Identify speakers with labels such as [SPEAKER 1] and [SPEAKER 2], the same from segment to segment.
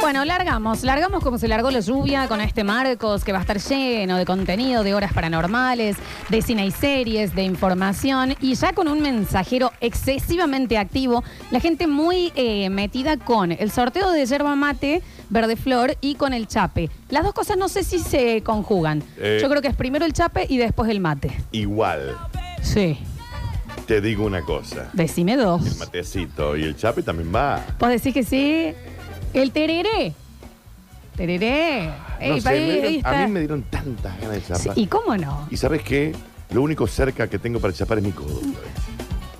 [SPEAKER 1] Bueno, largamos, largamos como se largó la lluvia con este Marcos que va a estar lleno de contenido, de horas paranormales, de cine y series, de información y ya con un mensajero excesivamente activo, la gente muy eh, metida con el sorteo de yerba mate, verde flor y con el chape. Las dos cosas no sé si se conjugan.
[SPEAKER 2] Eh.
[SPEAKER 1] Yo creo que es primero el chape y después el mate.
[SPEAKER 2] Igual,
[SPEAKER 1] Sí.
[SPEAKER 2] te digo una cosa.
[SPEAKER 1] Decime
[SPEAKER 2] El
[SPEAKER 1] dos.
[SPEAKER 2] matecito y el chape también va.
[SPEAKER 1] ¿Vos decís que sí? El tereré. Tereré. Ey,
[SPEAKER 2] No sé,
[SPEAKER 1] ahí-
[SPEAKER 2] me dieron-
[SPEAKER 1] ahí
[SPEAKER 2] a
[SPEAKER 1] está.
[SPEAKER 2] mí me dieron tantas ganas de
[SPEAKER 1] Sí,
[SPEAKER 2] chapar.
[SPEAKER 1] ¿Y cómo no?
[SPEAKER 2] y sabes qué? Lo único cerca que tengo para chapar es mi codo.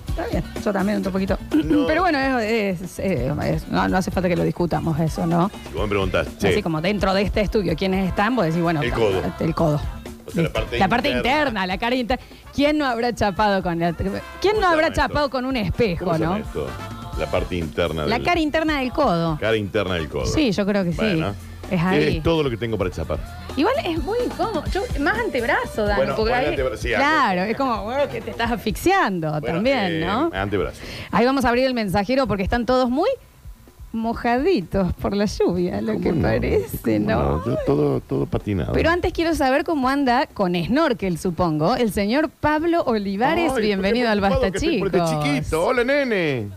[SPEAKER 1] Está bien, yo también un poquito.
[SPEAKER 2] No.
[SPEAKER 1] Pero bueno, es- es- eh, es- no, no hace falta que lo discutamos eso, ¿no?
[SPEAKER 2] Si vos me preguntás, che,
[SPEAKER 1] Así como dentro de este estudio, ¿quiénes están? Vos decís, bueno,
[SPEAKER 2] El codo.
[SPEAKER 1] El codo.
[SPEAKER 2] O sea, la parte
[SPEAKER 1] interna.
[SPEAKER 2] interna.
[SPEAKER 1] la cara interna. ¿Quién no habrá chapado con la- ¿Quién
[SPEAKER 2] se
[SPEAKER 1] no habrá
[SPEAKER 2] llama esto?
[SPEAKER 1] chapado con un espejo,
[SPEAKER 2] ¿cómo se llama
[SPEAKER 1] no?
[SPEAKER 2] esto? La parte interna
[SPEAKER 1] La
[SPEAKER 2] del
[SPEAKER 1] cara interna del codo.
[SPEAKER 2] cara interna del codo.
[SPEAKER 1] Sí, yo creo que sí.
[SPEAKER 2] Bueno,
[SPEAKER 1] Es ahí.
[SPEAKER 2] Es todo lo que tengo para chapar.
[SPEAKER 1] Igual es muy incómodo. Yo, más antebrazo, Dani.
[SPEAKER 2] Bueno,
[SPEAKER 1] porque
[SPEAKER 2] bueno,
[SPEAKER 1] ahí-
[SPEAKER 2] antebra- sí,
[SPEAKER 1] claro,
[SPEAKER 2] antebrazo.
[SPEAKER 1] es como bueno, que te estás asfixiando
[SPEAKER 2] Bueno,
[SPEAKER 1] también,
[SPEAKER 2] eh,
[SPEAKER 1] ¿no?
[SPEAKER 2] Antebrazo.
[SPEAKER 1] Ahí vamos a abrir el mensajero porque están todos muy mojaditos por la lluvia, lo que
[SPEAKER 2] ¿Cómo no?
[SPEAKER 1] parece,
[SPEAKER 2] ¿Cómo
[SPEAKER 1] ¿no?
[SPEAKER 2] Yo todo, todo patinado.
[SPEAKER 1] Pero antes quiero saber cómo anda con snorkel, supongo, el señor Pablo Olivares.
[SPEAKER 2] Ay,
[SPEAKER 1] Bienvenido
[SPEAKER 2] qué
[SPEAKER 1] al Basta
[SPEAKER 2] preocupado que estoy por este chiquito.
[SPEAKER 1] Chico.
[SPEAKER 2] Hola, nene.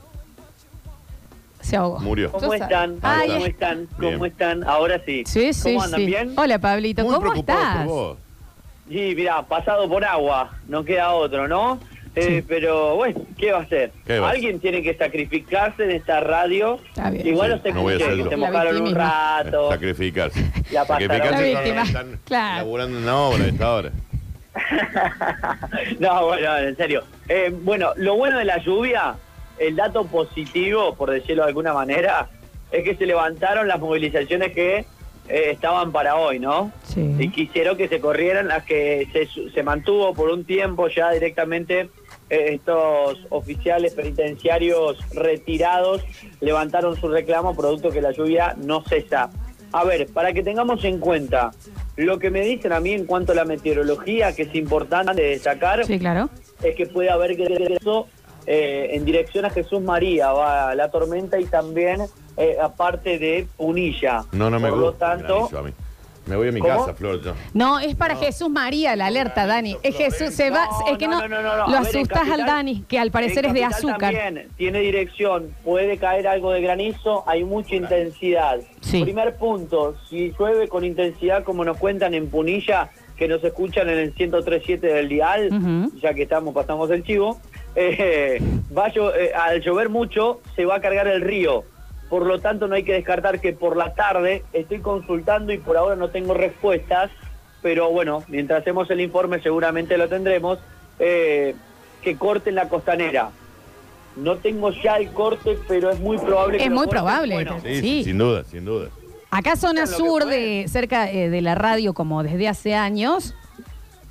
[SPEAKER 1] Se ahogó.
[SPEAKER 2] Murió.
[SPEAKER 1] Yo
[SPEAKER 3] ¿Cómo
[SPEAKER 1] sab-
[SPEAKER 3] están?
[SPEAKER 1] Ay,
[SPEAKER 3] ¿Cómo
[SPEAKER 1] eh.
[SPEAKER 3] están?
[SPEAKER 2] Bien.
[SPEAKER 3] ¿Cómo están? Ahora sí.
[SPEAKER 1] Sí, sí,
[SPEAKER 3] ¿Cómo andan
[SPEAKER 1] sí.
[SPEAKER 3] bien?
[SPEAKER 1] Hola, Pablito,
[SPEAKER 2] Muy
[SPEAKER 1] ¿cómo
[SPEAKER 2] preocupado
[SPEAKER 1] estás?
[SPEAKER 2] por vos.
[SPEAKER 3] Sí, mirá, pasado por agua, no queda otro, ¿no? Eh,
[SPEAKER 1] Sí.
[SPEAKER 3] Pero bueno, ¿qué va a hacer?
[SPEAKER 2] ¿Qué va a
[SPEAKER 3] Alguien tiene que sacrificarse en esta radio.
[SPEAKER 1] Está bien.
[SPEAKER 3] Igual
[SPEAKER 2] Sí,
[SPEAKER 3] los
[SPEAKER 2] no voy a Eh,
[SPEAKER 3] escuché, que
[SPEAKER 2] hacerlo.
[SPEAKER 3] se
[SPEAKER 1] La
[SPEAKER 3] mojaron un
[SPEAKER 1] victimismo.
[SPEAKER 3] rato.
[SPEAKER 2] Sacrificarse.
[SPEAKER 3] La
[SPEAKER 1] La
[SPEAKER 3] pasaron.
[SPEAKER 2] Sacrificarse
[SPEAKER 1] víctima,
[SPEAKER 2] están
[SPEAKER 1] claro.
[SPEAKER 2] laburando en una obra a esta hora.
[SPEAKER 3] No, bueno, en serio. Eh, bueno, lo bueno de la lluvia, el dato positivo, por decirlo de alguna manera, es que se levantaron las movilizaciones que eh, estaban para hoy, ¿no?
[SPEAKER 1] Sí.
[SPEAKER 3] Y quisieron que se corrieran las que se, su- se mantuvo por un tiempo ya directamente eh, estos oficiales penitenciarios retirados levantaron su reclamo producto que la lluvia no cesa. A ver, para que tengamos en cuenta lo que me dicen a mí en cuanto a la meteorología, que es importante destacar,
[SPEAKER 1] Sí, claro.
[SPEAKER 3] es que puede haber ingreso eh, en dirección a Jesús María, va la tormenta y también eh, aparte de Punilla.
[SPEAKER 2] No, no me
[SPEAKER 3] Por
[SPEAKER 2] gusta.
[SPEAKER 3] lo tanto,
[SPEAKER 2] Granizo a mí. Me voy a mi
[SPEAKER 3] ¿Cómo?
[SPEAKER 2] casa, Flor. yo.
[SPEAKER 1] No, es para Jesús María la alerta, Dani. Es Jesús, se va,
[SPEAKER 3] No,
[SPEAKER 1] es que no,
[SPEAKER 3] no, no, no, no.
[SPEAKER 1] lo
[SPEAKER 3] A ver, en
[SPEAKER 1] asustás al
[SPEAKER 3] Capital-
[SPEAKER 1] Dani, que al parecer
[SPEAKER 3] en
[SPEAKER 1] es de
[SPEAKER 3] Capital
[SPEAKER 1] azúcar.
[SPEAKER 3] También tiene dirección, puede caer algo de granizo, hay mucha intensidad.
[SPEAKER 1] Sí.
[SPEAKER 3] Primer punto, si llueve con intensidad como nos cuentan en Punilla, que nos escuchan en el 103.7 del dial,
[SPEAKER 1] Ujú.
[SPEAKER 3] ya que estamos pasamos el chivo, eh, va a llo- eh, al llover mucho se va a cargar el río. Por lo tanto, no hay que descartar que por la tarde estoy consultando y por ahora no tengo respuestas, pero bueno, mientras hacemos el informe seguramente lo tendremos, eh, que corten la costanera. No tengo ya el corte, pero es muy probable que
[SPEAKER 1] Es
[SPEAKER 3] lo
[SPEAKER 1] muy
[SPEAKER 3] corten.
[SPEAKER 1] probable.
[SPEAKER 3] Bueno,
[SPEAKER 2] Sí,
[SPEAKER 1] Sí.
[SPEAKER 2] sin duda, sin duda.
[SPEAKER 1] Acá zona
[SPEAKER 3] Lo que
[SPEAKER 1] sur
[SPEAKER 3] puede.
[SPEAKER 1] de cerca eh, de la radio como desde hace años,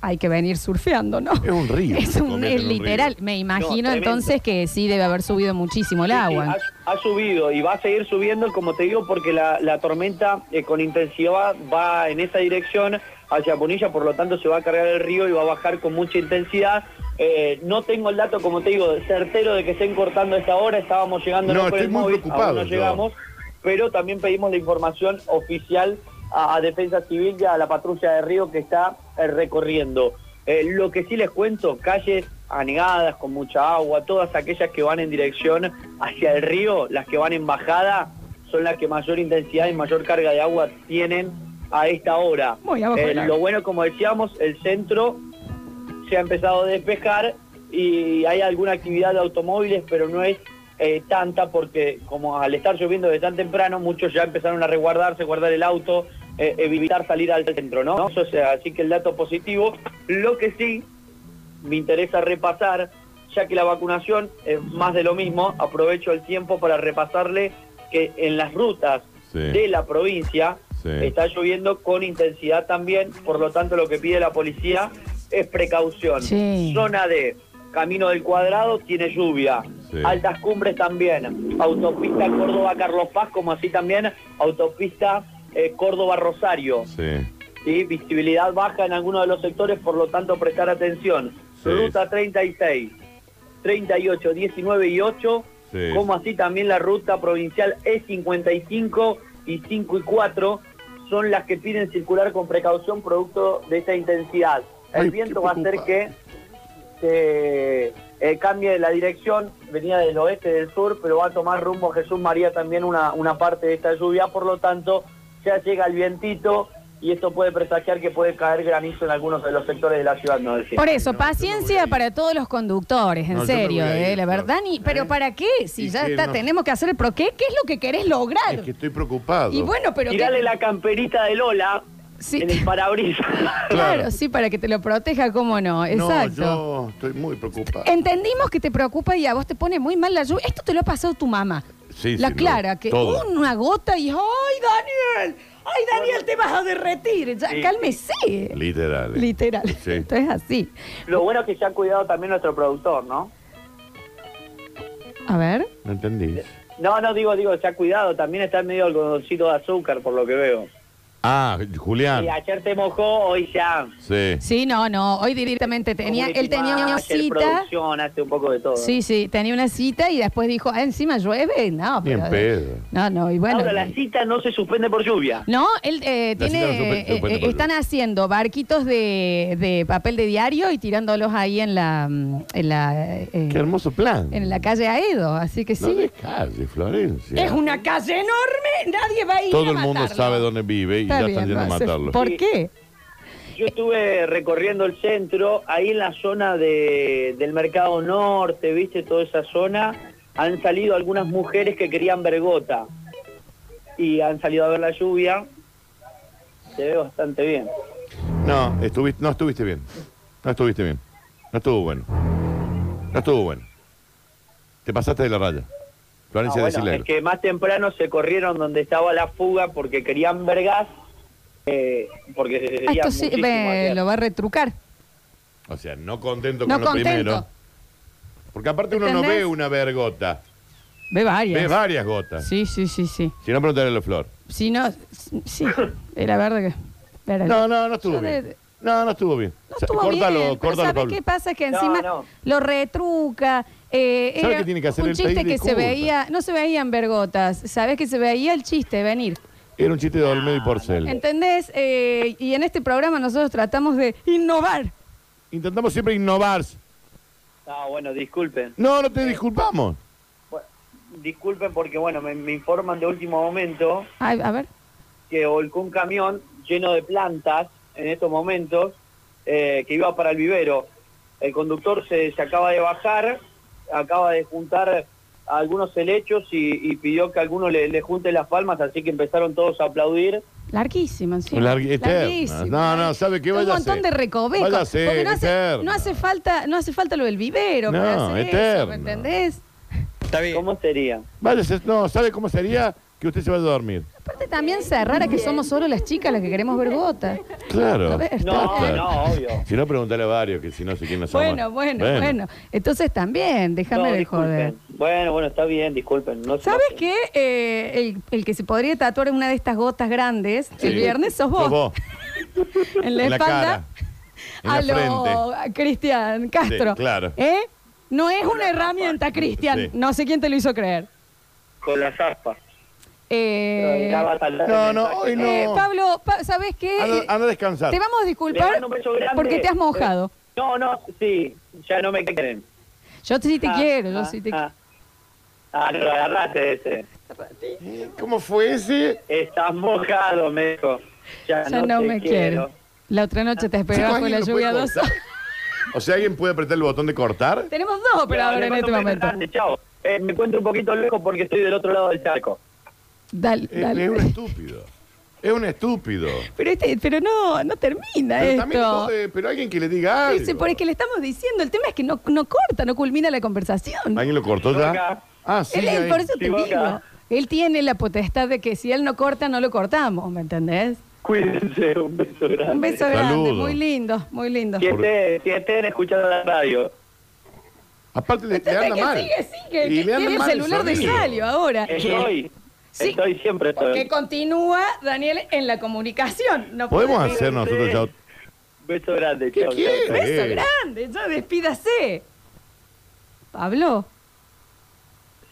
[SPEAKER 1] hay que venir surfeando, ¿no?
[SPEAKER 2] Es un río.
[SPEAKER 1] Es
[SPEAKER 2] se
[SPEAKER 1] un-
[SPEAKER 2] convierte
[SPEAKER 1] es
[SPEAKER 2] en un río.
[SPEAKER 1] literal, me imagino
[SPEAKER 3] tremendo.
[SPEAKER 1] entonces que sí debe haber subido muchísimo el
[SPEAKER 3] Sí, sí,
[SPEAKER 1] agua.
[SPEAKER 3] ha, ha subido y va a seguir subiendo, como te digo, porque la, la tormenta eh, con intensidad va en esa dirección hacia Punilla, por lo tanto se va a cargar el río y va a bajar con mucha intensidad. Eh, no tengo el dato, como te digo, certero de que estén cortando esta hora, estábamos llegando
[SPEAKER 2] No,
[SPEAKER 3] con
[SPEAKER 2] estoy
[SPEAKER 3] el
[SPEAKER 2] muy
[SPEAKER 3] móvil,
[SPEAKER 2] preocupado
[SPEAKER 3] aún no
[SPEAKER 2] yo.
[SPEAKER 3] llegamos, pero también pedimos la información oficial a, a Defensa Civil y a la patrulla de Río que está eh, recorriendo. Eh, lo que sí les cuento, calles anegadas, con mucha agua, todas aquellas que van en dirección hacia el río, las que van en bajada, son las que mayor intensidad y mayor carga de agua tienen a esta hora. Eh,
[SPEAKER 1] Muy abajo del agua.
[SPEAKER 3] lo bueno, como decíamos, el centro se ha empezado a despejar y hay alguna actividad de automóviles, pero no es eh, tanta porque como al estar lloviendo de tan temprano, muchos ya empezaron a resguardarse, guardar el auto, eh, evitar salir al centro, ¿no? Eso es, eh, así que el dato positivo. Lo que sí me interesa repasar, ya que la vacunación es más de lo mismo, aprovecho el tiempo para repasarle que en las rutas
[SPEAKER 2] Sí.
[SPEAKER 3] de la provincia
[SPEAKER 2] Sí.
[SPEAKER 3] está lloviendo con intensidad también, por lo tanto lo que pide la policía es precaución.
[SPEAKER 1] Sí.
[SPEAKER 3] Zona de Camino del Cuadrado tiene lluvia,
[SPEAKER 2] Sí.
[SPEAKER 3] altas cumbres también, autopista Córdoba-Carlos Paz, como así también autopista eh, Córdoba-Rosario.
[SPEAKER 2] Sí.
[SPEAKER 3] ¿sí? visibilidad baja en algunos de los sectores, por lo tanto prestar atención.
[SPEAKER 2] Sí.
[SPEAKER 3] Ruta 36, 38, 19 y 8,
[SPEAKER 2] Sí.
[SPEAKER 3] como así también la ruta provincial E55 E y 5 y 4 son las que piden circular con precaución producto de esta intensidad. El
[SPEAKER 2] Ay,
[SPEAKER 3] viento
[SPEAKER 2] qué
[SPEAKER 3] va a hacer que
[SPEAKER 2] preocupante.
[SPEAKER 3] se eh, cambie la dirección, venía del oeste del sur, pero va a tomar rumbo a Jesús María también una, una parte de esta lluvia, por lo tanto ya llega el vientito y esto puede presagiar que puede caer granizo en algunos de los sectores de la ciudad, no decía.
[SPEAKER 1] Por eso,
[SPEAKER 2] No, yo me voy a
[SPEAKER 1] paciencia
[SPEAKER 2] ir.
[SPEAKER 1] para todos los conductores, en
[SPEAKER 2] No, yo me
[SPEAKER 1] serio,
[SPEAKER 2] voy a
[SPEAKER 1] eh,
[SPEAKER 2] ir,
[SPEAKER 1] la
[SPEAKER 2] Flor.
[SPEAKER 1] verdad. Ni, ¿Pero
[SPEAKER 2] ¿Eh?
[SPEAKER 1] para qué? Si
[SPEAKER 2] Y
[SPEAKER 1] ya
[SPEAKER 2] que
[SPEAKER 1] está,
[SPEAKER 2] no-
[SPEAKER 1] tenemos que hacer el pro. ¿Qué, ¿Qué es lo que querés lograr?
[SPEAKER 2] Es que estoy preocupado.
[SPEAKER 1] Y bueno, pero...
[SPEAKER 3] Tirale
[SPEAKER 1] que-
[SPEAKER 3] la camperita de Lola
[SPEAKER 1] Sí.
[SPEAKER 3] en el parabrisas.
[SPEAKER 1] Claro.
[SPEAKER 2] Claro.
[SPEAKER 1] sí, para que te lo proteja, cómo no. Exacto.
[SPEAKER 2] No, yo estoy muy preocupado.
[SPEAKER 1] Entendimos que te preocupa y a vos te pone muy mal la lluvia. Esto te lo ha pasado tu mamá.
[SPEAKER 2] Sí,
[SPEAKER 1] la
[SPEAKER 2] sin
[SPEAKER 1] Clara,
[SPEAKER 2] duda.
[SPEAKER 1] que
[SPEAKER 2] Todo.
[SPEAKER 1] una gota y ¡ay, Daniel! ¡Ay, Daniel, te vas a derretir! Ya,
[SPEAKER 3] Sí.
[SPEAKER 1] Cálmese.
[SPEAKER 2] Literal.
[SPEAKER 1] Literal.
[SPEAKER 2] Sí.
[SPEAKER 1] Esto es así.
[SPEAKER 3] Lo bueno es que se ha cuidado también nuestro productor, ¿no?
[SPEAKER 1] A ver.
[SPEAKER 2] ¿No entendí?
[SPEAKER 3] No, no, digo, digo, se ha cuidado, también está en medio algodoncito de azúcar, por lo que veo.
[SPEAKER 2] Ah,
[SPEAKER 3] Y
[SPEAKER 2] Julián.
[SPEAKER 3] ayer te mojó, hoy ya.
[SPEAKER 2] Sí.
[SPEAKER 1] Sí, no, no. Hoy directamente tenía, él tenía una
[SPEAKER 3] Ayer
[SPEAKER 1] cita.
[SPEAKER 3] producción, hace un poco de todo.
[SPEAKER 1] Sí, sí, tenía una cita y después dijo, ah, encima llueve. No,
[SPEAKER 2] Ni en
[SPEAKER 1] pero-
[SPEAKER 2] pedo.
[SPEAKER 1] No, no, y bueno.
[SPEAKER 3] Ahora, la
[SPEAKER 1] y-
[SPEAKER 3] cita no se suspende por lluvia.
[SPEAKER 1] No, él eh,
[SPEAKER 2] La
[SPEAKER 1] tiene.
[SPEAKER 2] cita no supe-
[SPEAKER 1] eh,
[SPEAKER 2] supe-
[SPEAKER 1] eh,
[SPEAKER 2] supe-
[SPEAKER 1] están haciendo barquitos de, de papel de diario y tirándolos ahí en la mm, en la eh,
[SPEAKER 2] Qué hermoso plan.
[SPEAKER 1] en la calle Aedo, así que
[SPEAKER 2] No
[SPEAKER 1] sí.
[SPEAKER 2] de calle, Florencia.
[SPEAKER 1] es una calle enorme, nadie va a ir.
[SPEAKER 2] Todo
[SPEAKER 1] a
[SPEAKER 2] el mundo
[SPEAKER 1] matarlo.
[SPEAKER 2] sabe dónde vive y
[SPEAKER 1] Está
[SPEAKER 2] ya
[SPEAKER 1] bien,
[SPEAKER 2] están yendo a
[SPEAKER 1] no hace-
[SPEAKER 2] matarlo.
[SPEAKER 1] ¿Por
[SPEAKER 3] Sí.
[SPEAKER 1] qué?
[SPEAKER 3] Yo estuve recorriendo el centro, ahí en la zona de, del Mercado Norte, viste, toda esa zona, han salido algunas mujeres que querían vergota. Y han salido a ver la lluvia. Se ve bastante bien.
[SPEAKER 2] No, estuviste, no estuviste bien. No estuviste bien. No estuvo bueno. No estuvo bueno. Te pasaste de la raya.
[SPEAKER 3] Ah,
[SPEAKER 2] Florencia,
[SPEAKER 3] bueno,
[SPEAKER 2] decirle
[SPEAKER 3] es que más temprano se corrieron donde estaba la fuga porque querían vergas, eh, porque se
[SPEAKER 1] Ah,
[SPEAKER 3] veía
[SPEAKER 1] esto sí,
[SPEAKER 3] muchísimo
[SPEAKER 1] ve,
[SPEAKER 3] ayer.
[SPEAKER 1] lo va a retrucar.
[SPEAKER 2] O sea, no contento
[SPEAKER 1] No
[SPEAKER 2] con
[SPEAKER 1] contento.
[SPEAKER 2] lo primero. Porque aparte uno no
[SPEAKER 1] ¿Entendés?
[SPEAKER 2] ve una vergota.
[SPEAKER 1] Ve varias.
[SPEAKER 2] Ve varias gotas.
[SPEAKER 1] Sí, sí, sí, sí.
[SPEAKER 2] Si no, preguntarle a la flor.
[SPEAKER 1] Si no, s- sí, era verdad que. era-
[SPEAKER 2] No, no, no estuvo
[SPEAKER 1] Yo de-
[SPEAKER 2] bien. No, no estuvo bien.
[SPEAKER 1] No
[SPEAKER 2] O sea,
[SPEAKER 1] estuvo
[SPEAKER 2] córtalo,
[SPEAKER 1] bien, pero
[SPEAKER 2] córtalo,
[SPEAKER 1] ¿sabe
[SPEAKER 2] Pablo.
[SPEAKER 1] qué pasa? Es que
[SPEAKER 3] No,
[SPEAKER 1] encima
[SPEAKER 3] no.
[SPEAKER 1] lo retruca. eh,
[SPEAKER 2] ¿Sabe
[SPEAKER 1] era
[SPEAKER 2] qué tiene que hacer
[SPEAKER 1] un
[SPEAKER 2] él?
[SPEAKER 1] chiste
[SPEAKER 2] Pedir
[SPEAKER 1] que se
[SPEAKER 2] disculpas.
[SPEAKER 1] veía, no se veían vergotas, sabes que se veía el chiste venir.
[SPEAKER 2] Era un chiste de Olmedo y Porcel.
[SPEAKER 1] ¿Entendés? Eh, y en este programa nosotros tratamos de innovar.
[SPEAKER 2] Intentamos siempre innovar.
[SPEAKER 3] Ah, bueno, disculpen.
[SPEAKER 2] No, no te disculpamos.
[SPEAKER 3] Bueno, Disculpen porque, bueno, me, me informan de último momento
[SPEAKER 1] Ay, a ver.
[SPEAKER 3] que volcó un camión lleno de plantas en estos momentos eh, que iba para el vivero. El conductor se, se acaba de bajar, acaba de juntar algunos helechos y, y pidió que alguno le, le junte las palmas, así que empezaron todos a aplaudir.
[SPEAKER 1] Larguísimo, encima.
[SPEAKER 2] Largui- eterna.
[SPEAKER 1] Larguísimo.
[SPEAKER 2] No, no, ¿sabe qué?
[SPEAKER 1] Un
[SPEAKER 2] Váyase.
[SPEAKER 1] montón de recovecos.
[SPEAKER 2] Váyase,
[SPEAKER 1] porque no hace,
[SPEAKER 2] eterna.
[SPEAKER 1] no hace falta, no hace falta lo del vivero
[SPEAKER 2] No,
[SPEAKER 1] para hacer eso,
[SPEAKER 2] eterna.
[SPEAKER 1] ¿me entendés?
[SPEAKER 4] Está bien.
[SPEAKER 3] ¿Cómo sería?
[SPEAKER 2] Váyase, no, ¿sabe cómo sería que usted se vaya a dormir?
[SPEAKER 1] Aparte también se rara que somos solo las chicas las que queremos ver gotas.
[SPEAKER 2] Claro.
[SPEAKER 1] A ver.
[SPEAKER 3] No,
[SPEAKER 2] Basta.
[SPEAKER 3] no, obvio.
[SPEAKER 2] Si no, preguntale a varios, que si no sé quién nos
[SPEAKER 1] Bueno, bueno, bueno, Entonces también, déjame
[SPEAKER 3] No,
[SPEAKER 1] de
[SPEAKER 3] disculpen.
[SPEAKER 1] joder.
[SPEAKER 3] Bueno, bueno, está bien, disculpen. No se
[SPEAKER 1] ¿Sabes
[SPEAKER 3] enojen.
[SPEAKER 1] qué? Eh, el, el que se podría tatuar en una de estas gotas grandes el viernes sos vos. En la
[SPEAKER 2] En la
[SPEAKER 1] espalda.
[SPEAKER 2] cara. En la
[SPEAKER 1] a lo
[SPEAKER 2] frente.
[SPEAKER 1] a Cristian Castro.
[SPEAKER 2] Sí, claro.
[SPEAKER 1] ¿Eh? No es una herramienta, Cristian.
[SPEAKER 2] Sí.
[SPEAKER 1] No sé quién te lo hizo creer.
[SPEAKER 3] Con las aspas.
[SPEAKER 1] Eh,
[SPEAKER 3] Ya va a saltar el
[SPEAKER 2] No, no,
[SPEAKER 3] mensaje.
[SPEAKER 2] hoy no.
[SPEAKER 1] eh, Pablo, pa- ¿sabes qué?
[SPEAKER 2] Anda,
[SPEAKER 1] Eh,
[SPEAKER 2] anda a descansar.
[SPEAKER 1] Te vamos a
[SPEAKER 3] Le
[SPEAKER 1] disculpar
[SPEAKER 3] mando un beso grande. Eh,
[SPEAKER 1] porque te has mojado.
[SPEAKER 3] No, no, sí, ya no me quieren.
[SPEAKER 1] Yo sí te
[SPEAKER 3] Ah,
[SPEAKER 1] quiero, yo
[SPEAKER 3] ah,
[SPEAKER 1] sí te
[SPEAKER 3] Ah, Ah, lo agarraste ese.
[SPEAKER 2] Eh, ¿Cómo fue ese?
[SPEAKER 3] Estás mojado, me dijo. Ya,
[SPEAKER 1] Ya no,
[SPEAKER 3] Ah, te
[SPEAKER 1] me quiero. La otra noche te
[SPEAKER 2] Chicos,
[SPEAKER 1] esperaba con
[SPEAKER 2] ¿alguien
[SPEAKER 1] la
[SPEAKER 2] lo puede
[SPEAKER 1] lluvia dos
[SPEAKER 2] cortar? O sea, ¿alguien puede apretar el botón de cortar? Eh,
[SPEAKER 1] Tenemos dos
[SPEAKER 3] Le
[SPEAKER 1] operadores en
[SPEAKER 3] mando
[SPEAKER 1] este
[SPEAKER 3] un beso
[SPEAKER 1] momento.
[SPEAKER 3] grande, Chao. Eh, me encuentro un poquito lejos porque estoy del otro lado del charco.
[SPEAKER 1] Dale,
[SPEAKER 2] Eh,
[SPEAKER 1] dale.
[SPEAKER 2] Es un estúpido. Es un estúpido.
[SPEAKER 1] Pero, este, pero no, no termina
[SPEAKER 2] Pero, también
[SPEAKER 1] esto.
[SPEAKER 2] puede- pero alguien que le diga algo.
[SPEAKER 1] Dice, porque le estamos diciendo, el tema es que no, no corta, no culmina la conversación.
[SPEAKER 2] ¿Alguien lo cortó ya?
[SPEAKER 3] Acá.
[SPEAKER 2] Ah, sí.
[SPEAKER 1] él, él-
[SPEAKER 2] ahí.
[SPEAKER 1] Eh, por eso te
[SPEAKER 3] Sí,
[SPEAKER 1] digo,
[SPEAKER 3] acá.
[SPEAKER 1] él tiene la potestad de que si él no corta, no lo cortamos, ¿me entendés?
[SPEAKER 3] Cuídense, un beso grande.
[SPEAKER 1] Un beso grande,
[SPEAKER 2] Saludo.
[SPEAKER 1] muy lindo, muy lindo.
[SPEAKER 3] Si estén, si estén escuchando la radio.
[SPEAKER 2] Aparte le, le
[SPEAKER 1] Entonces,
[SPEAKER 2] anda
[SPEAKER 1] que
[SPEAKER 2] mal.
[SPEAKER 1] sigue, sigue, que
[SPEAKER 2] Y le anda
[SPEAKER 1] tiene el
[SPEAKER 2] mal
[SPEAKER 1] celular de
[SPEAKER 2] sonido.
[SPEAKER 1] Salio ahora.
[SPEAKER 3] Estoy,
[SPEAKER 1] Ah, Sí.
[SPEAKER 3] estoy siempre. Estoy.
[SPEAKER 1] Porque continúa, Daniel, en la comunicación. No puede-
[SPEAKER 2] Podemos hacer nosotros ya.
[SPEAKER 3] Beso grande,
[SPEAKER 2] ¿Qué
[SPEAKER 3] chao.
[SPEAKER 2] quiere?
[SPEAKER 3] chao, chao.
[SPEAKER 1] Beso
[SPEAKER 2] Eh.
[SPEAKER 1] grande, ya despídase. Pablo.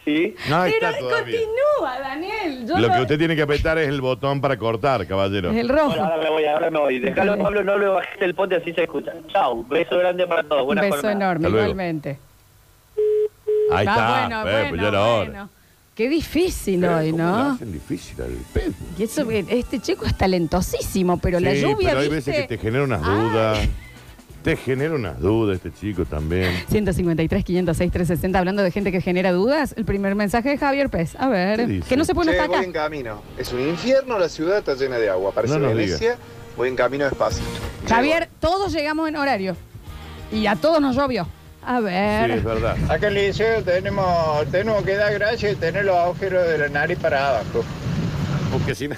[SPEAKER 3] ¿Sí?
[SPEAKER 2] No
[SPEAKER 1] Pero
[SPEAKER 2] está todavía.
[SPEAKER 1] continúa, Daniel. Yo
[SPEAKER 2] Lo
[SPEAKER 1] no-
[SPEAKER 2] que usted tiene que apretar es el botón para cortar, caballero.
[SPEAKER 1] El
[SPEAKER 3] Bueno,
[SPEAKER 1] rojo.
[SPEAKER 3] ahora me voy, ahora me voy. Déjalo, Pablo, no lo bajes el pote, así se escucha. Chao, beso grande para todos.
[SPEAKER 1] Un
[SPEAKER 3] Buenas
[SPEAKER 1] beso
[SPEAKER 3] jornadas.
[SPEAKER 1] enorme,
[SPEAKER 2] Hasta luego.
[SPEAKER 1] igualmente. Ah,
[SPEAKER 2] Ahí está. Eh,
[SPEAKER 1] bueno,
[SPEAKER 2] Pepe,
[SPEAKER 1] bueno,
[SPEAKER 2] ya era hora.
[SPEAKER 1] bueno. Qué difícil
[SPEAKER 2] Pero
[SPEAKER 1] hoy,
[SPEAKER 2] ¿cómo lo
[SPEAKER 1] ¿no?
[SPEAKER 2] hacen difícil al Pepe?
[SPEAKER 1] Y eso, que este chico es talentosísimo, pero la
[SPEAKER 2] Sí,
[SPEAKER 1] lluvia.
[SPEAKER 2] pero hay
[SPEAKER 1] ¿viste?
[SPEAKER 2] veces que te genera unas
[SPEAKER 1] Ah.
[SPEAKER 2] dudas. Te genera unas dudas este chico también.
[SPEAKER 1] 153, 506, 360, hablando de gente que genera dudas. El primer mensaje de Javier Pez. A
[SPEAKER 2] ¿Qué
[SPEAKER 1] ver,
[SPEAKER 2] dice?
[SPEAKER 1] que no se pone
[SPEAKER 4] Che,
[SPEAKER 1] hasta
[SPEAKER 4] voy
[SPEAKER 1] acá.
[SPEAKER 4] en camino. Es un infierno, la ciudad está llena de agua. Parece
[SPEAKER 2] No nos
[SPEAKER 4] Venecia. Voy en camino despacito.
[SPEAKER 1] Javier, todos llegamos en horario. Y a todos nos llovió. A
[SPEAKER 2] Sí, es
[SPEAKER 1] ver.
[SPEAKER 2] verdad.
[SPEAKER 5] Acá en el liceo tenemos, tenemos que dar gracias y tener los agujeros de la nariz para abajo.
[SPEAKER 2] Porque si no.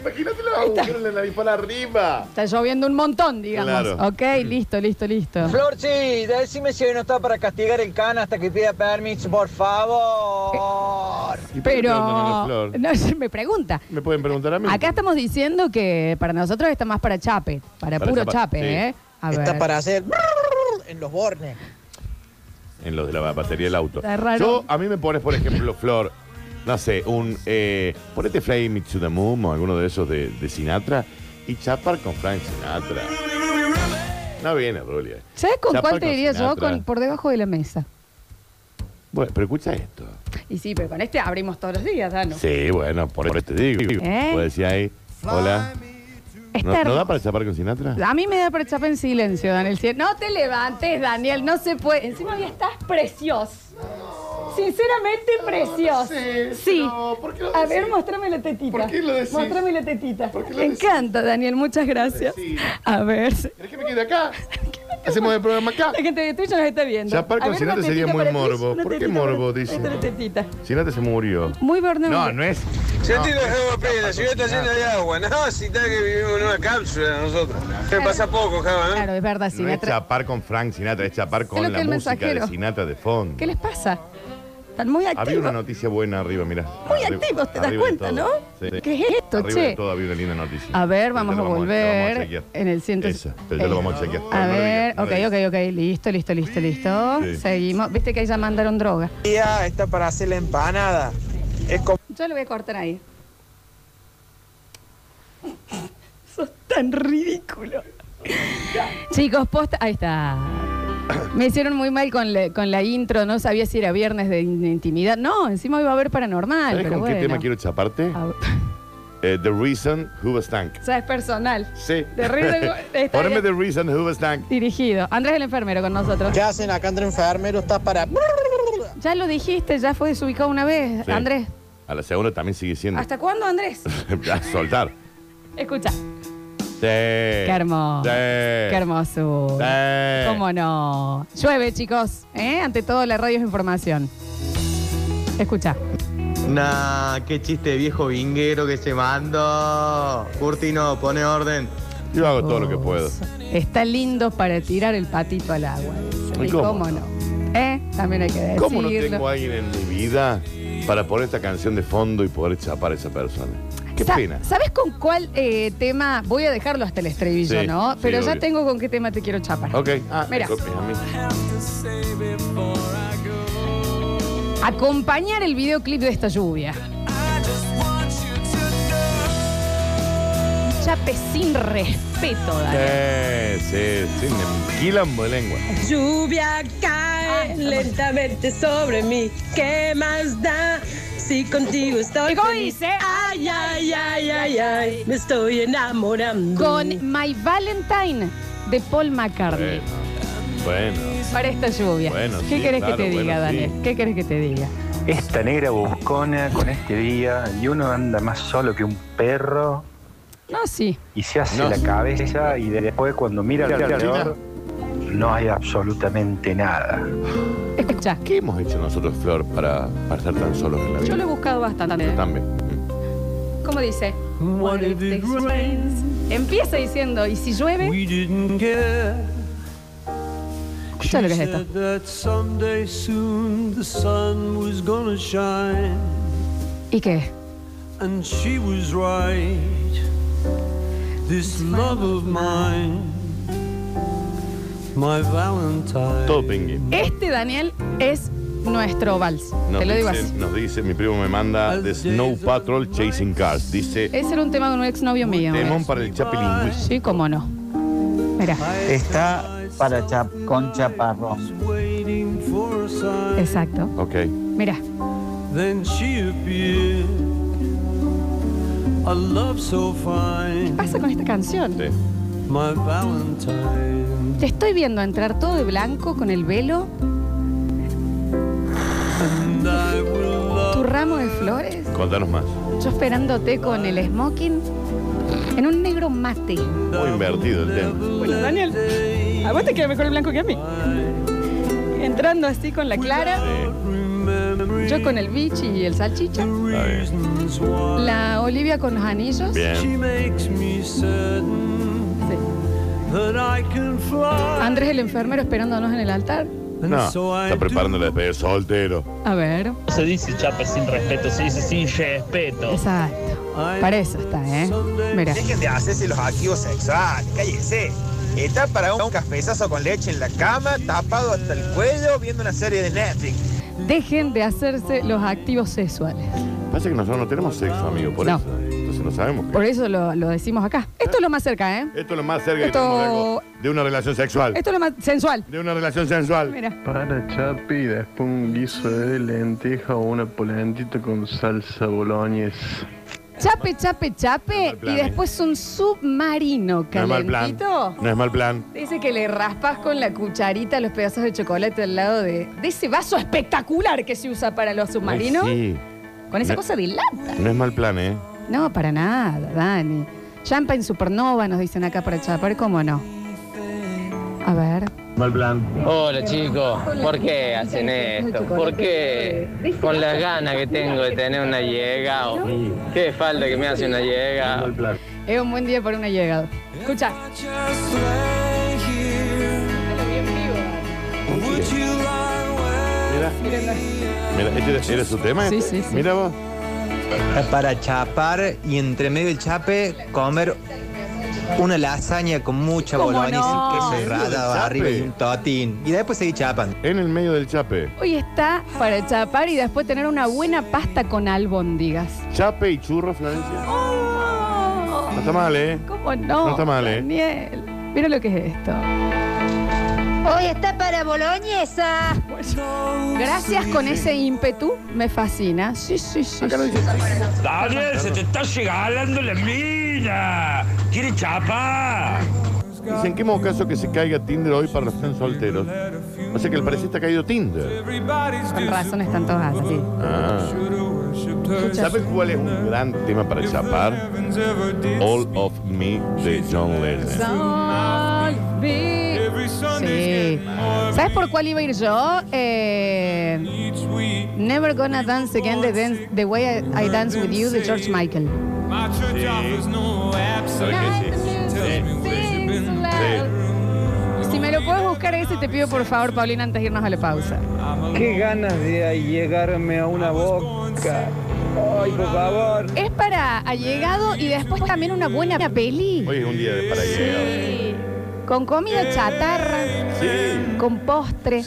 [SPEAKER 2] Imagínate los agujeros en la nariz para arriba.
[SPEAKER 1] Está lloviendo un montón, digamos.
[SPEAKER 2] Claro.
[SPEAKER 1] Ok, listo, listo, listo.
[SPEAKER 6] Florchi, decime si hoy no está para castigar el can hasta que pida permiso, por favor.
[SPEAKER 2] ¿Y por qué andan en la
[SPEAKER 1] Pero.
[SPEAKER 2] flor?
[SPEAKER 1] No, se me pregunta.
[SPEAKER 2] Me pueden preguntar a mí.
[SPEAKER 1] Acá estamos diciendo que para nosotros está más para chape, para,
[SPEAKER 2] Para
[SPEAKER 1] puro
[SPEAKER 2] chapa,
[SPEAKER 1] chape,
[SPEAKER 2] sí.
[SPEAKER 1] ¿eh? A ver.
[SPEAKER 6] Está para hacer brrr en los bornes.
[SPEAKER 2] En los de la batería del auto.
[SPEAKER 1] Está raro.
[SPEAKER 2] Yo, a mí me pones, por ejemplo, Flor, no sé, un. Eh, ponete Fly Me to the Moon o alguno de esos de, de Sinatra y chapar con Frank Sinatra. No viene, Rulia.
[SPEAKER 1] ¿Sabes con
[SPEAKER 2] Chapar
[SPEAKER 1] cuál te
[SPEAKER 2] con
[SPEAKER 1] diría yo?
[SPEAKER 2] Sinatra.
[SPEAKER 1] Con, por debajo de la mesa.
[SPEAKER 2] Bueno, pero escucha esto.
[SPEAKER 1] Y sí, pero con este abrimos todos los días, Dano.
[SPEAKER 2] Sí, bueno, por, por este digo.
[SPEAKER 1] ¿Eh?
[SPEAKER 2] Vos decís ahí, hola.
[SPEAKER 1] Está
[SPEAKER 2] ¿No, no
[SPEAKER 1] hermoso.
[SPEAKER 2] da para chapar con Sinatra?
[SPEAKER 1] A mí me da para chapa en silencio, Daniel. Si- No te levantes, Daniel, no se puede. Encima ya estás precioso. Sinceramente precioso. sí. A ver, mostrame la tetita. ¿Por qué lo decís? Mostrame la tetita. Me encanta, Daniel, muchas gracias. A ver.
[SPEAKER 2] ¿Querés que me quede acá? Hacemos el programa acá.
[SPEAKER 1] La gente de Twitch nos está viendo.
[SPEAKER 2] Chapar
[SPEAKER 1] A
[SPEAKER 2] con
[SPEAKER 1] ver,
[SPEAKER 2] Sinatra
[SPEAKER 1] una
[SPEAKER 2] sería
[SPEAKER 1] tetita
[SPEAKER 2] muy
[SPEAKER 1] para Twitch,
[SPEAKER 2] morbo.
[SPEAKER 1] una
[SPEAKER 2] ¿Por qué
[SPEAKER 1] tetita para-
[SPEAKER 2] morbo,
[SPEAKER 1] Ahí está
[SPEAKER 2] dice?
[SPEAKER 1] la tetita.
[SPEAKER 2] Sinatra se murió.
[SPEAKER 1] Muy Bernardo.
[SPEAKER 2] No, no es.
[SPEAKER 7] Sentido Java Preta, la ciudad está llena de agua. No, si está que vivimos en una cápsula nosotros. Me pasa poco, Java, ¿eh?
[SPEAKER 1] Claro, es verdad,
[SPEAKER 2] No es
[SPEAKER 1] Sinatra.
[SPEAKER 2] chapar con Frank Sinatra, es chapar
[SPEAKER 1] lo
[SPEAKER 2] con
[SPEAKER 1] que
[SPEAKER 2] la
[SPEAKER 1] el
[SPEAKER 2] música
[SPEAKER 1] mensajero.
[SPEAKER 2] de Sinatra de fondo.
[SPEAKER 1] ¿Qué les pasa? Están muy
[SPEAKER 2] Había una
[SPEAKER 1] activos.
[SPEAKER 2] noticia buena arriba, mirá.
[SPEAKER 1] Muy
[SPEAKER 2] Arriba-
[SPEAKER 1] activos, te das
[SPEAKER 2] arriba de
[SPEAKER 1] cuenta,
[SPEAKER 2] todo.
[SPEAKER 1] ¿no?
[SPEAKER 2] Sí.
[SPEAKER 1] ¿Qué es esto,
[SPEAKER 2] Arriba
[SPEAKER 1] che?
[SPEAKER 2] de todo había una linda noticia.
[SPEAKER 1] A ver,
[SPEAKER 2] Pero
[SPEAKER 1] vamos
[SPEAKER 2] ya
[SPEAKER 1] a
[SPEAKER 2] lo ya lo vamos a
[SPEAKER 1] volver
[SPEAKER 2] chequear.
[SPEAKER 1] en el ciento. Eh,
[SPEAKER 2] Esa, pero ya lo vamos a chequear.
[SPEAKER 1] A
[SPEAKER 2] Pero no
[SPEAKER 1] ver,
[SPEAKER 2] digas, no
[SPEAKER 1] ok,
[SPEAKER 2] digas.
[SPEAKER 1] ok, ok, listo, listo, listo, listo.
[SPEAKER 2] Sí.
[SPEAKER 1] Seguimos. Viste que ahí ya mandaron droga.
[SPEAKER 6] Ya está para hacer la empanada. Es como
[SPEAKER 1] Yo lo voy a cortar ahí. Sos tan ridículo. Chicos, posta. Ahí está. Me hicieron muy mal con, la- con la intro, no sabía si era viernes de in- intimidad. No, encima iba a haber paranormal.
[SPEAKER 2] ¿Sabes
[SPEAKER 1] Pero
[SPEAKER 2] con
[SPEAKER 1] bueno.
[SPEAKER 2] qué tema quiero chaparte?
[SPEAKER 1] A ver.
[SPEAKER 2] Eh, the Reason Who Was Tank.
[SPEAKER 1] O sea, es personal.
[SPEAKER 2] Sí.
[SPEAKER 1] The Reason- está
[SPEAKER 2] Poneme
[SPEAKER 1] bien.
[SPEAKER 2] The Reason Who Was Tank.
[SPEAKER 1] Dirigido. Andrés el enfermero con nosotros.
[SPEAKER 6] ¿Qué hacen acá entre enfermeros? Está para brrr.
[SPEAKER 1] Ya lo dijiste, ya fue desubicado una vez,
[SPEAKER 2] Sí. Mm.
[SPEAKER 1] Andrés.
[SPEAKER 2] A la segunda también sigue siendo.
[SPEAKER 1] ¿Hasta cuándo, Andrés?
[SPEAKER 2] a soltar.
[SPEAKER 1] Escucha.
[SPEAKER 2] Eh. Sí. Qué
[SPEAKER 1] hermoso.
[SPEAKER 2] Sí.
[SPEAKER 1] Qué hermoso.
[SPEAKER 2] Sí.
[SPEAKER 1] ¿Cómo no? Llueve, chicos. ¿eh? Ante todo, la radio es información. Escucha.
[SPEAKER 8] Nah, qué chiste viejo vinguero que se mandó. Curtino, pone orden.
[SPEAKER 2] Yo hago todo lo que puedo.
[SPEAKER 1] Está lindo para tirar el patito al agua. dice.
[SPEAKER 2] ¿Y
[SPEAKER 1] ¿Y
[SPEAKER 2] cómo
[SPEAKER 1] cómo no? ¿Eh? También hay que decirlo.
[SPEAKER 2] ¿Cómo no tengo a alguien en mi vida para poner esta canción de fondo y poder chapar a esa persona? Qué
[SPEAKER 1] Sa-
[SPEAKER 2] pena.
[SPEAKER 1] ¿Sabes con cuál eh, tema? Voy a dejarlo hasta el estribillo,
[SPEAKER 2] Sí,
[SPEAKER 1] ¿no?
[SPEAKER 2] sí,
[SPEAKER 1] Pero ya
[SPEAKER 2] obvio.
[SPEAKER 1] tengo con qué tema te quiero chapar.
[SPEAKER 2] Ok. Ah,
[SPEAKER 1] Mira.
[SPEAKER 2] me copias a mí.
[SPEAKER 1] Acompañar el videoclip de esta lluvia. Un Chape sin respeto, Dani.
[SPEAKER 2] Eh, Sí, sí, sí, me- quilombo de lengua.
[SPEAKER 9] Lluvia cae lentamente sobre mí. ¿Qué más da si contigo estoy?
[SPEAKER 1] ¿Y cómo
[SPEAKER 9] feliz?
[SPEAKER 1] dice?
[SPEAKER 9] Ay, ay, ay, ay, ay. Me estoy enamorando.
[SPEAKER 1] Con My Valentine de Paul McCartney.
[SPEAKER 2] Bueno, Eh, bueno.
[SPEAKER 1] Para esta lluvia.
[SPEAKER 2] Bueno,
[SPEAKER 1] ¿Qué
[SPEAKER 2] sí,
[SPEAKER 1] querés
[SPEAKER 2] claro,
[SPEAKER 1] que te
[SPEAKER 2] bueno,
[SPEAKER 1] diga,
[SPEAKER 2] sí.
[SPEAKER 1] Daniel? ¿Qué querés que te diga?
[SPEAKER 10] Esta negra buscona con este día y uno anda más solo que un perro
[SPEAKER 1] No, sí.
[SPEAKER 10] y se hace
[SPEAKER 2] No,
[SPEAKER 10] la
[SPEAKER 2] sí.
[SPEAKER 10] cabeza y después cuando mira alrededor no hay absolutamente nada.
[SPEAKER 1] Escucha,
[SPEAKER 2] ¿Qué hemos hecho nosotros, Flor, para, para estar tan solos en la vida?
[SPEAKER 1] yo lo he buscado bastante.
[SPEAKER 2] Yo también. Mm.
[SPEAKER 1] ¿Cómo dice? What if this rains? Empieza diciendo, ¿y si llueve? Escucha lo que es esto. ¿Y qué? Este, Daniel, es nuestro vals.
[SPEAKER 2] Nos
[SPEAKER 1] Te lo digo
[SPEAKER 2] dice-
[SPEAKER 1] así.
[SPEAKER 2] Nos dice, mi primo me manda de Snow Patrol Chasing Cars. Dice,
[SPEAKER 1] Ese era un tema de un exnovio mío. ¿eh?
[SPEAKER 2] temón para el Chapelín.
[SPEAKER 1] Sí, cómo no. Mira,
[SPEAKER 11] Está para chap con chaparro.
[SPEAKER 1] exacto.
[SPEAKER 2] Ok.
[SPEAKER 1] Mira.
[SPEAKER 12] Then she appeared. A love so fine.
[SPEAKER 1] pasa con esta canción?
[SPEAKER 12] My Valentine.
[SPEAKER 1] Te estoy viendo entrar todo de blanco con el velo,
[SPEAKER 12] And I will love.
[SPEAKER 1] tu ramo de flores,
[SPEAKER 2] Contanos más.
[SPEAKER 1] yo esperándote con el smoking en un negro mate.
[SPEAKER 2] Muy invertido el tema.
[SPEAKER 1] Bueno, Daniel, a vos te queda mejor el blanco que a mí. Entrando así con la clara, yo con el bichi y el salchicha,
[SPEAKER 2] Está bien.
[SPEAKER 1] la Olivia con los anillos.
[SPEAKER 12] She makes me certain that I can fly.
[SPEAKER 1] Andrés el enfermero esperándonos en el altar.
[SPEAKER 2] No, está preparando la despedida soltero.
[SPEAKER 1] A ver.
[SPEAKER 13] No se dice chapa sin respeto, se dice sin respeto.
[SPEAKER 1] Exacto. Para eso está, ¿eh? Mira.
[SPEAKER 14] Dejen de hacerse los activos sexuales, cállense. Está para un cafezazo con leche en la cama, tapado hasta el cuello, viendo una serie de Netflix.
[SPEAKER 1] Dejen de hacerse los activos sexuales.
[SPEAKER 2] Pasa que nosotros no tenemos sexo, amigo, por
[SPEAKER 1] No.
[SPEAKER 2] eso. Entonces no sabemos.
[SPEAKER 1] Por eso lo, lo decimos acá. Esto es lo más cerca, ¿eh?
[SPEAKER 2] Esto es lo más cerca que
[SPEAKER 1] Esto-
[SPEAKER 2] tenemos de algo. De una relación sexual.
[SPEAKER 1] Esto es lo más sensual.
[SPEAKER 2] De una relación sensual.
[SPEAKER 1] Mira.
[SPEAKER 15] Para Chapi, después un guiso de lenteja o una polentita con salsa boloñesa.
[SPEAKER 1] Chape, chape, chape.
[SPEAKER 15] plan,
[SPEAKER 1] y
[SPEAKER 15] ¿eh?
[SPEAKER 1] después un submarino
[SPEAKER 2] No es mal plan.
[SPEAKER 1] calentito.
[SPEAKER 2] No es mal plan.
[SPEAKER 1] Dice que le raspas con la cucharita los pedazos de chocolate al lado de, de ese vaso espectacular que se usa para los submarinos.
[SPEAKER 2] Ay,
[SPEAKER 1] Con esa
[SPEAKER 2] No-
[SPEAKER 1] cosa de lata.
[SPEAKER 2] sí. No es mal plan, ¿eh?
[SPEAKER 1] No, para nada, Dani. Champa en supernova, nos dicen acá para chapar, ¿cómo no? A ver.
[SPEAKER 16] Mal plan. Hola chicos, ¿por qué hacen esto? ¿Por qué? Con las ganas que tengo de tener una llega. o- ¿Qué falta que me hace una llega?
[SPEAKER 1] Es un buen día para una llegada. Escucha.
[SPEAKER 12] Would you lie
[SPEAKER 2] Mira. Mira, ¿este era su tema?
[SPEAKER 12] Sí,
[SPEAKER 2] este?
[SPEAKER 12] sí, sí.
[SPEAKER 2] Mira vos.
[SPEAKER 6] Es para chapar y entre medio del chape comer una lasaña con mucha
[SPEAKER 1] ¿Cómo
[SPEAKER 6] boloñesa
[SPEAKER 1] no?
[SPEAKER 6] y queso rallado arriba y un totín. Y después seguir chapando.
[SPEAKER 2] En el medio del chape.
[SPEAKER 1] Hoy está para chapar y después tener una buena pasta con albóndigas.
[SPEAKER 2] Chape y churro, Florencia. No está mal, ¿eh?
[SPEAKER 1] ¿Cómo no?
[SPEAKER 2] No está mal, ¿eh?
[SPEAKER 1] Daniel, mira lo que es esto.
[SPEAKER 17] Hoy está para boloñesa.
[SPEAKER 1] Gracias con ese ímpetu, me fascina. Sí, sí, sí. sí.
[SPEAKER 18] Daniel, se te está regalando la mina. ¿Quiere chapa?
[SPEAKER 2] Dicen, qué caso que se caiga Tinder hoy para los que están solteros. O sea que al parecer está caído Tinder.
[SPEAKER 1] Con razón están todas así.
[SPEAKER 2] Ah. ¿Saben cuál es un gran tema para chapar? All of Me de John Lennon.
[SPEAKER 1] Sí. ¿Sabes por cuál iba a ir yo? Eh, Never Gonna Dance Again the, dance, the Way I, I Dance With You de George Michael.
[SPEAKER 12] My church offers no
[SPEAKER 2] ¿Sabes qué? Sí. Sí.
[SPEAKER 1] Si me lo puedes buscar ese, te pido por favor, Paulina, antes de irnos a la pausa.
[SPEAKER 19] Qué ganas de llegarme a una boca. Ay, por favor.
[SPEAKER 1] Es para allegado y después también una buena peli.
[SPEAKER 2] Hoy es un día de para llegar.
[SPEAKER 1] Con comida
[SPEAKER 19] Eh.
[SPEAKER 1] chatarra. Con postre.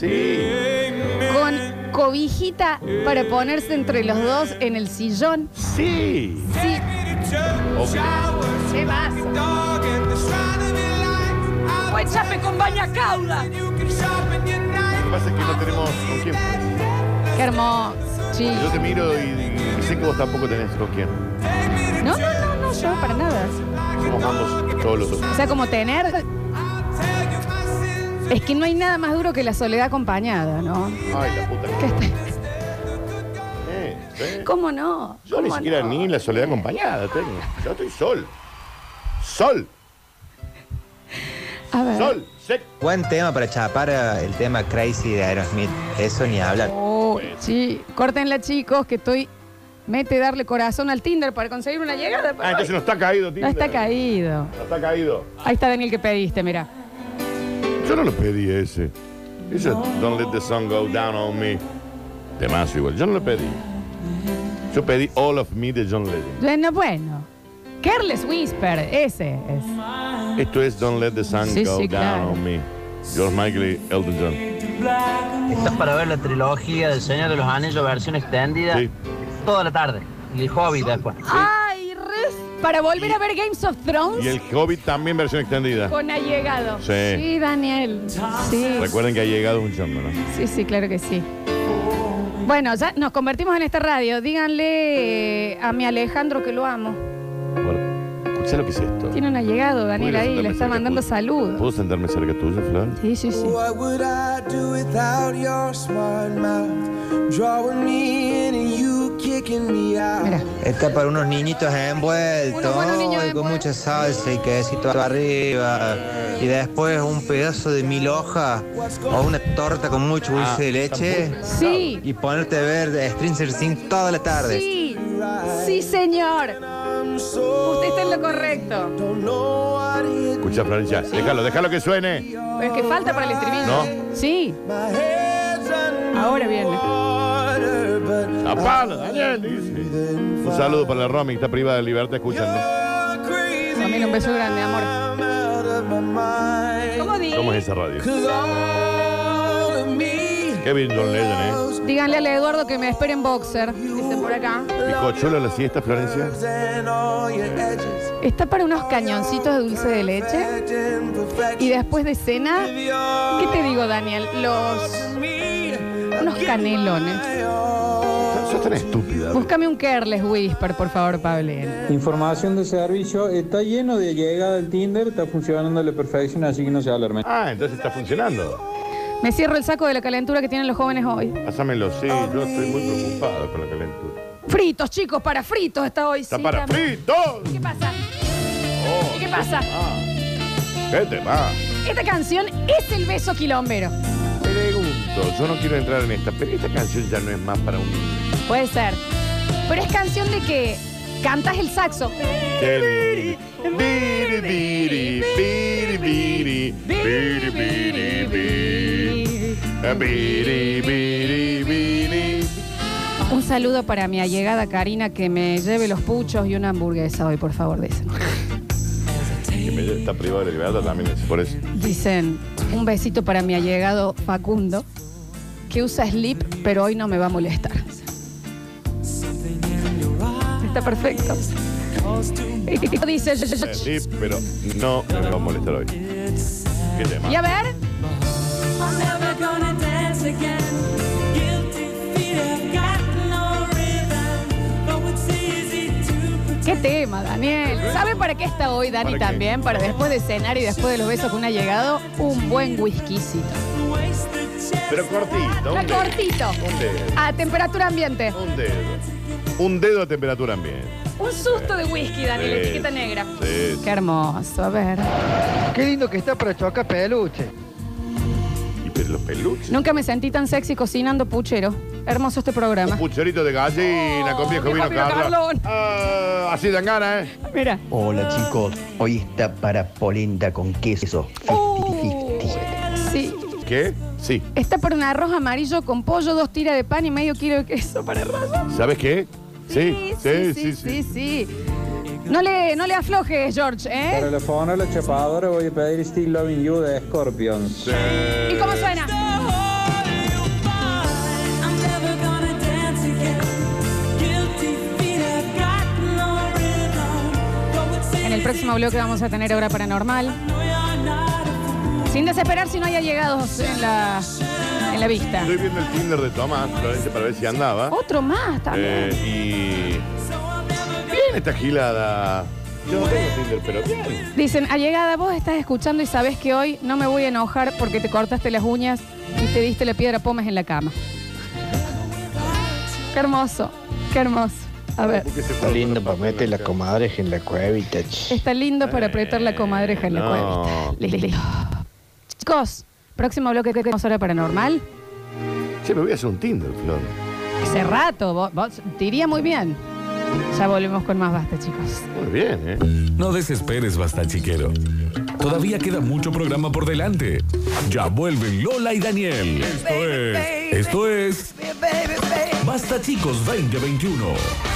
[SPEAKER 1] Con cobijita
[SPEAKER 19] Eh.
[SPEAKER 1] para ponerse entre los dos en el sillón.
[SPEAKER 2] Sí.
[SPEAKER 1] Sí.
[SPEAKER 12] ¿Qué vas? Buen chape con baña cauda.
[SPEAKER 2] Lo que pasa es que no tenemos con quién.
[SPEAKER 1] Qué hermoso. Sí.
[SPEAKER 2] Yo te miro y, y sé que vos tampoco tenés con quién.
[SPEAKER 1] No, no, no, no, yo para nada.
[SPEAKER 2] Somos ambos solos.
[SPEAKER 1] O sea, como tener. Es que no hay nada más duro que la soledad acompañada, ¿no?
[SPEAKER 2] Ay, la puta.
[SPEAKER 1] Que está-
[SPEAKER 2] Eh, eh.
[SPEAKER 1] ¿Cómo no?
[SPEAKER 2] Yo ni
[SPEAKER 1] ¿Cómo
[SPEAKER 2] siquiera
[SPEAKER 1] no?
[SPEAKER 2] ni la soledad acompañada tengo. Yo estoy sol. Sol.
[SPEAKER 1] A ver.
[SPEAKER 2] Sol.
[SPEAKER 6] Buen tema para chapar eh, el tema Crazy de Aerosmith. Eso ni hablar.
[SPEAKER 1] Oh, sí, córtenla, chicos, que estoy. Mete darle corazón al Tinder para conseguir una llegada.
[SPEAKER 2] Ah, entonces no está caído, tío.
[SPEAKER 1] No está caído.
[SPEAKER 2] No está caído.
[SPEAKER 1] Ahí está Daniel que pediste, mira.
[SPEAKER 2] Yo no lo pedí ese. Ese Don't Let the Sun Go Down on Me. Temazo igual. Yo no lo pedí. Yo pedí All of Me de John Legend.
[SPEAKER 1] Bueno, bueno. Careless Whisper, ese es.
[SPEAKER 2] Esto es Don't Let the Sun
[SPEAKER 1] Sí,
[SPEAKER 2] Go
[SPEAKER 1] sí,
[SPEAKER 2] Down
[SPEAKER 1] claro.
[SPEAKER 2] on Me. George Michael y Elton John.
[SPEAKER 20] Estás para ver la trilogía del Señor de los Anillos, versión extendida, toda la tarde. Y el Hobbit después.
[SPEAKER 1] Ay, res, para volver a ver Games of Thrones
[SPEAKER 2] Y el Hobbit también versión extendida.
[SPEAKER 1] con allegado.
[SPEAKER 2] Sí.
[SPEAKER 1] Sí, Daniel. Sí.
[SPEAKER 2] Recuerden que ha llegado un chongo, ¿no?
[SPEAKER 1] Sí, sí, claro que sí. Bueno, ya nos convertimos en esta radio. Díganle eh, a mi Alejandro que lo amo.
[SPEAKER 2] Bueno, escucha lo que es esto.
[SPEAKER 1] Tiene un allegado, Daniel,
[SPEAKER 2] Mira,
[SPEAKER 1] ahí. Le
[SPEAKER 2] sentarme
[SPEAKER 1] está
[SPEAKER 2] cerca
[SPEAKER 1] mandando
[SPEAKER 2] tuyo.
[SPEAKER 1] saludos.
[SPEAKER 2] ¿Puedo sentarme cerca tuyo, Flor?
[SPEAKER 1] Sí, sí, sí.
[SPEAKER 21] What would I do without your smart mouth? Drawing me in and you kicking me out.
[SPEAKER 6] Está para unos niñitos envueltos,
[SPEAKER 21] Unos buenos niños
[SPEAKER 6] ay, con mucha salsa y quesito arriba. Y después un pedazo de mil hojas o una torta con mucho dulce
[SPEAKER 1] Ah,
[SPEAKER 6] de leche.
[SPEAKER 1] Sí.
[SPEAKER 6] Y ponerte a ver Stranger Things toda la tarde.
[SPEAKER 1] Sí, sí, señor. Usted está en lo correcto.
[SPEAKER 2] Escucha, Florencia, déjalo, déjalo que suene.
[SPEAKER 1] Pero es que falta para el estribillo.
[SPEAKER 2] ¿No?
[SPEAKER 1] Sí. Ahora viene.
[SPEAKER 2] Apalo, Daniel. dice. Un saludo para la Romy, que está privada de libertad escuchando.
[SPEAKER 1] También un beso grande, amor. ¿Cómo di?
[SPEAKER 2] ¿Cómo es esa radio? Qué bien ¿eh? John Legend,
[SPEAKER 1] Díganle al Eduardo que me espere en boxer. Dice por acá.
[SPEAKER 2] ¿eh? ¿Picochuelo a la siesta, Florencia?
[SPEAKER 1] Está para unos cañoncitos de dulce de leche. Y después de cena, ¿qué te digo, Daniel? Los. Unos canelones.
[SPEAKER 2] Sos tan estúpida.
[SPEAKER 1] Búscame un Careless Whisper, por favor, Pablo.
[SPEAKER 19] Información de servicio, está lleno de llegada el Tinder, está funcionando a la perfección, así que no se alarmen.
[SPEAKER 2] Ah, entonces está funcionando.
[SPEAKER 1] Me cierro el saco de la calentura que tienen los jóvenes hoy.
[SPEAKER 2] Pásamelo, sí, yo estoy muy preocupado con la calentura.
[SPEAKER 1] Fritos, chicos, para fritos está hoy.
[SPEAKER 2] Está
[SPEAKER 1] sí,
[SPEAKER 2] para
[SPEAKER 1] también.
[SPEAKER 2] fritos. Oh.
[SPEAKER 1] ¿Qué pasa? ¿Y qué pasa?
[SPEAKER 2] ¿Qué te va?
[SPEAKER 1] Esta canción es el beso quilombero.
[SPEAKER 2] Pregunto, yo no quiero entrar en esta, pero esta canción ya no es más para un niño.
[SPEAKER 1] Puede ser. Pero es canción de que cantas el saxo.
[SPEAKER 2] Qué lindo. Biri, biri, biri, biri, biri, biri, biri. Biri, biri, biri.
[SPEAKER 1] Un saludo para mi allegada Karina que me lleve los puchos y una hamburguesa hoy, por favor, dicen.
[SPEAKER 2] Que me- Está privado de libertad también, es por eso.
[SPEAKER 1] Dicen, un besito para mi allegado Facundo, que usa slip, pero hoy no me va a molestar. Está perfecto. Dice,
[SPEAKER 2] Sí, pero no me va a molestar hoy. Qué tema.
[SPEAKER 1] y a ver, qué tema, Daniel. ¿Sabe para qué está hoy, Dani,
[SPEAKER 2] ¿Para qué?
[SPEAKER 1] también? Para después de cenar y después de los besos que un allegado, un buen whiskycito.
[SPEAKER 2] Pero cortito.
[SPEAKER 1] Está
[SPEAKER 2] un dedo.
[SPEAKER 1] cortito.
[SPEAKER 2] Un dedo.
[SPEAKER 1] A temperatura ambiente.
[SPEAKER 2] Un dedo. Un dedo a temperatura ambiente.
[SPEAKER 1] Un susto de whisky, Daniel,
[SPEAKER 2] Sí.
[SPEAKER 1] etiqueta negra.
[SPEAKER 2] Sí.
[SPEAKER 1] Qué hermoso, a ver.
[SPEAKER 22] Qué lindo que está para chocar peluche.
[SPEAKER 2] Y pero los peluches.
[SPEAKER 1] Nunca me sentí tan sexy cocinando puchero. Hermoso este programa.
[SPEAKER 2] Pucherito de gallina con Oh, viejo
[SPEAKER 1] viejo
[SPEAKER 2] vino
[SPEAKER 1] vino
[SPEAKER 2] Carlos. Ah, así dan ganas, ¿eh?
[SPEAKER 1] Mira.
[SPEAKER 23] Hola chicos, hoy está para polenta con queso.
[SPEAKER 1] Uh. Sí.
[SPEAKER 2] ¿Qué? Sí.
[SPEAKER 1] Está por un arroz amarillo con pollo, dos tiras de pan y medio kilo de queso para rayar.
[SPEAKER 2] ¿Sabes qué? Sí, sí, sí, sí.
[SPEAKER 1] Sí, sí. No le, no le aflojes, George,
[SPEAKER 19] Para
[SPEAKER 1] ¿eh?
[SPEAKER 19] la fauna, la chapadora, voy a pedir Still Loving You de Scorpions.
[SPEAKER 1] ¿Y cómo suena? En el próximo bloque vamos a tener obra paranormal. Sin desesperar si no haya llegados en la, en la vista.
[SPEAKER 2] Estoy viendo el Tinder de Tomás, Florencia, para ver si andaba.
[SPEAKER 1] Otro más también.
[SPEAKER 2] Eh, y. Bien esta gilada. Yo no tengo Tinder, pero bien.
[SPEAKER 1] Dicen, allegada, vos estás escuchando y sabés que hoy no me voy a enojar porque te cortaste las uñas y te diste la piedra pomes en la cama. Qué hermoso, qué hermoso. A ver,
[SPEAKER 24] Está lindo para meter la comadreja en la cuevita.
[SPEAKER 1] está lindo para apretar la comadreja en
[SPEAKER 2] Eh,
[SPEAKER 1] la cueva. Listo. Chicos, próximo bloque que tenemos ahora paranormal.
[SPEAKER 2] Che, me voy a hacer un Tinder, Flor.
[SPEAKER 1] Hace rato, vos, vos- te iría muy bien. Ya volvemos con más basta, chicos.
[SPEAKER 2] Muy bien, ¿eh?
[SPEAKER 25] No desesperes, basta chiquero. Todavía queda mucho programa por delante. Ya vuelven Lola y Daniel. Esto es. Esto es. Basta chicos 2021.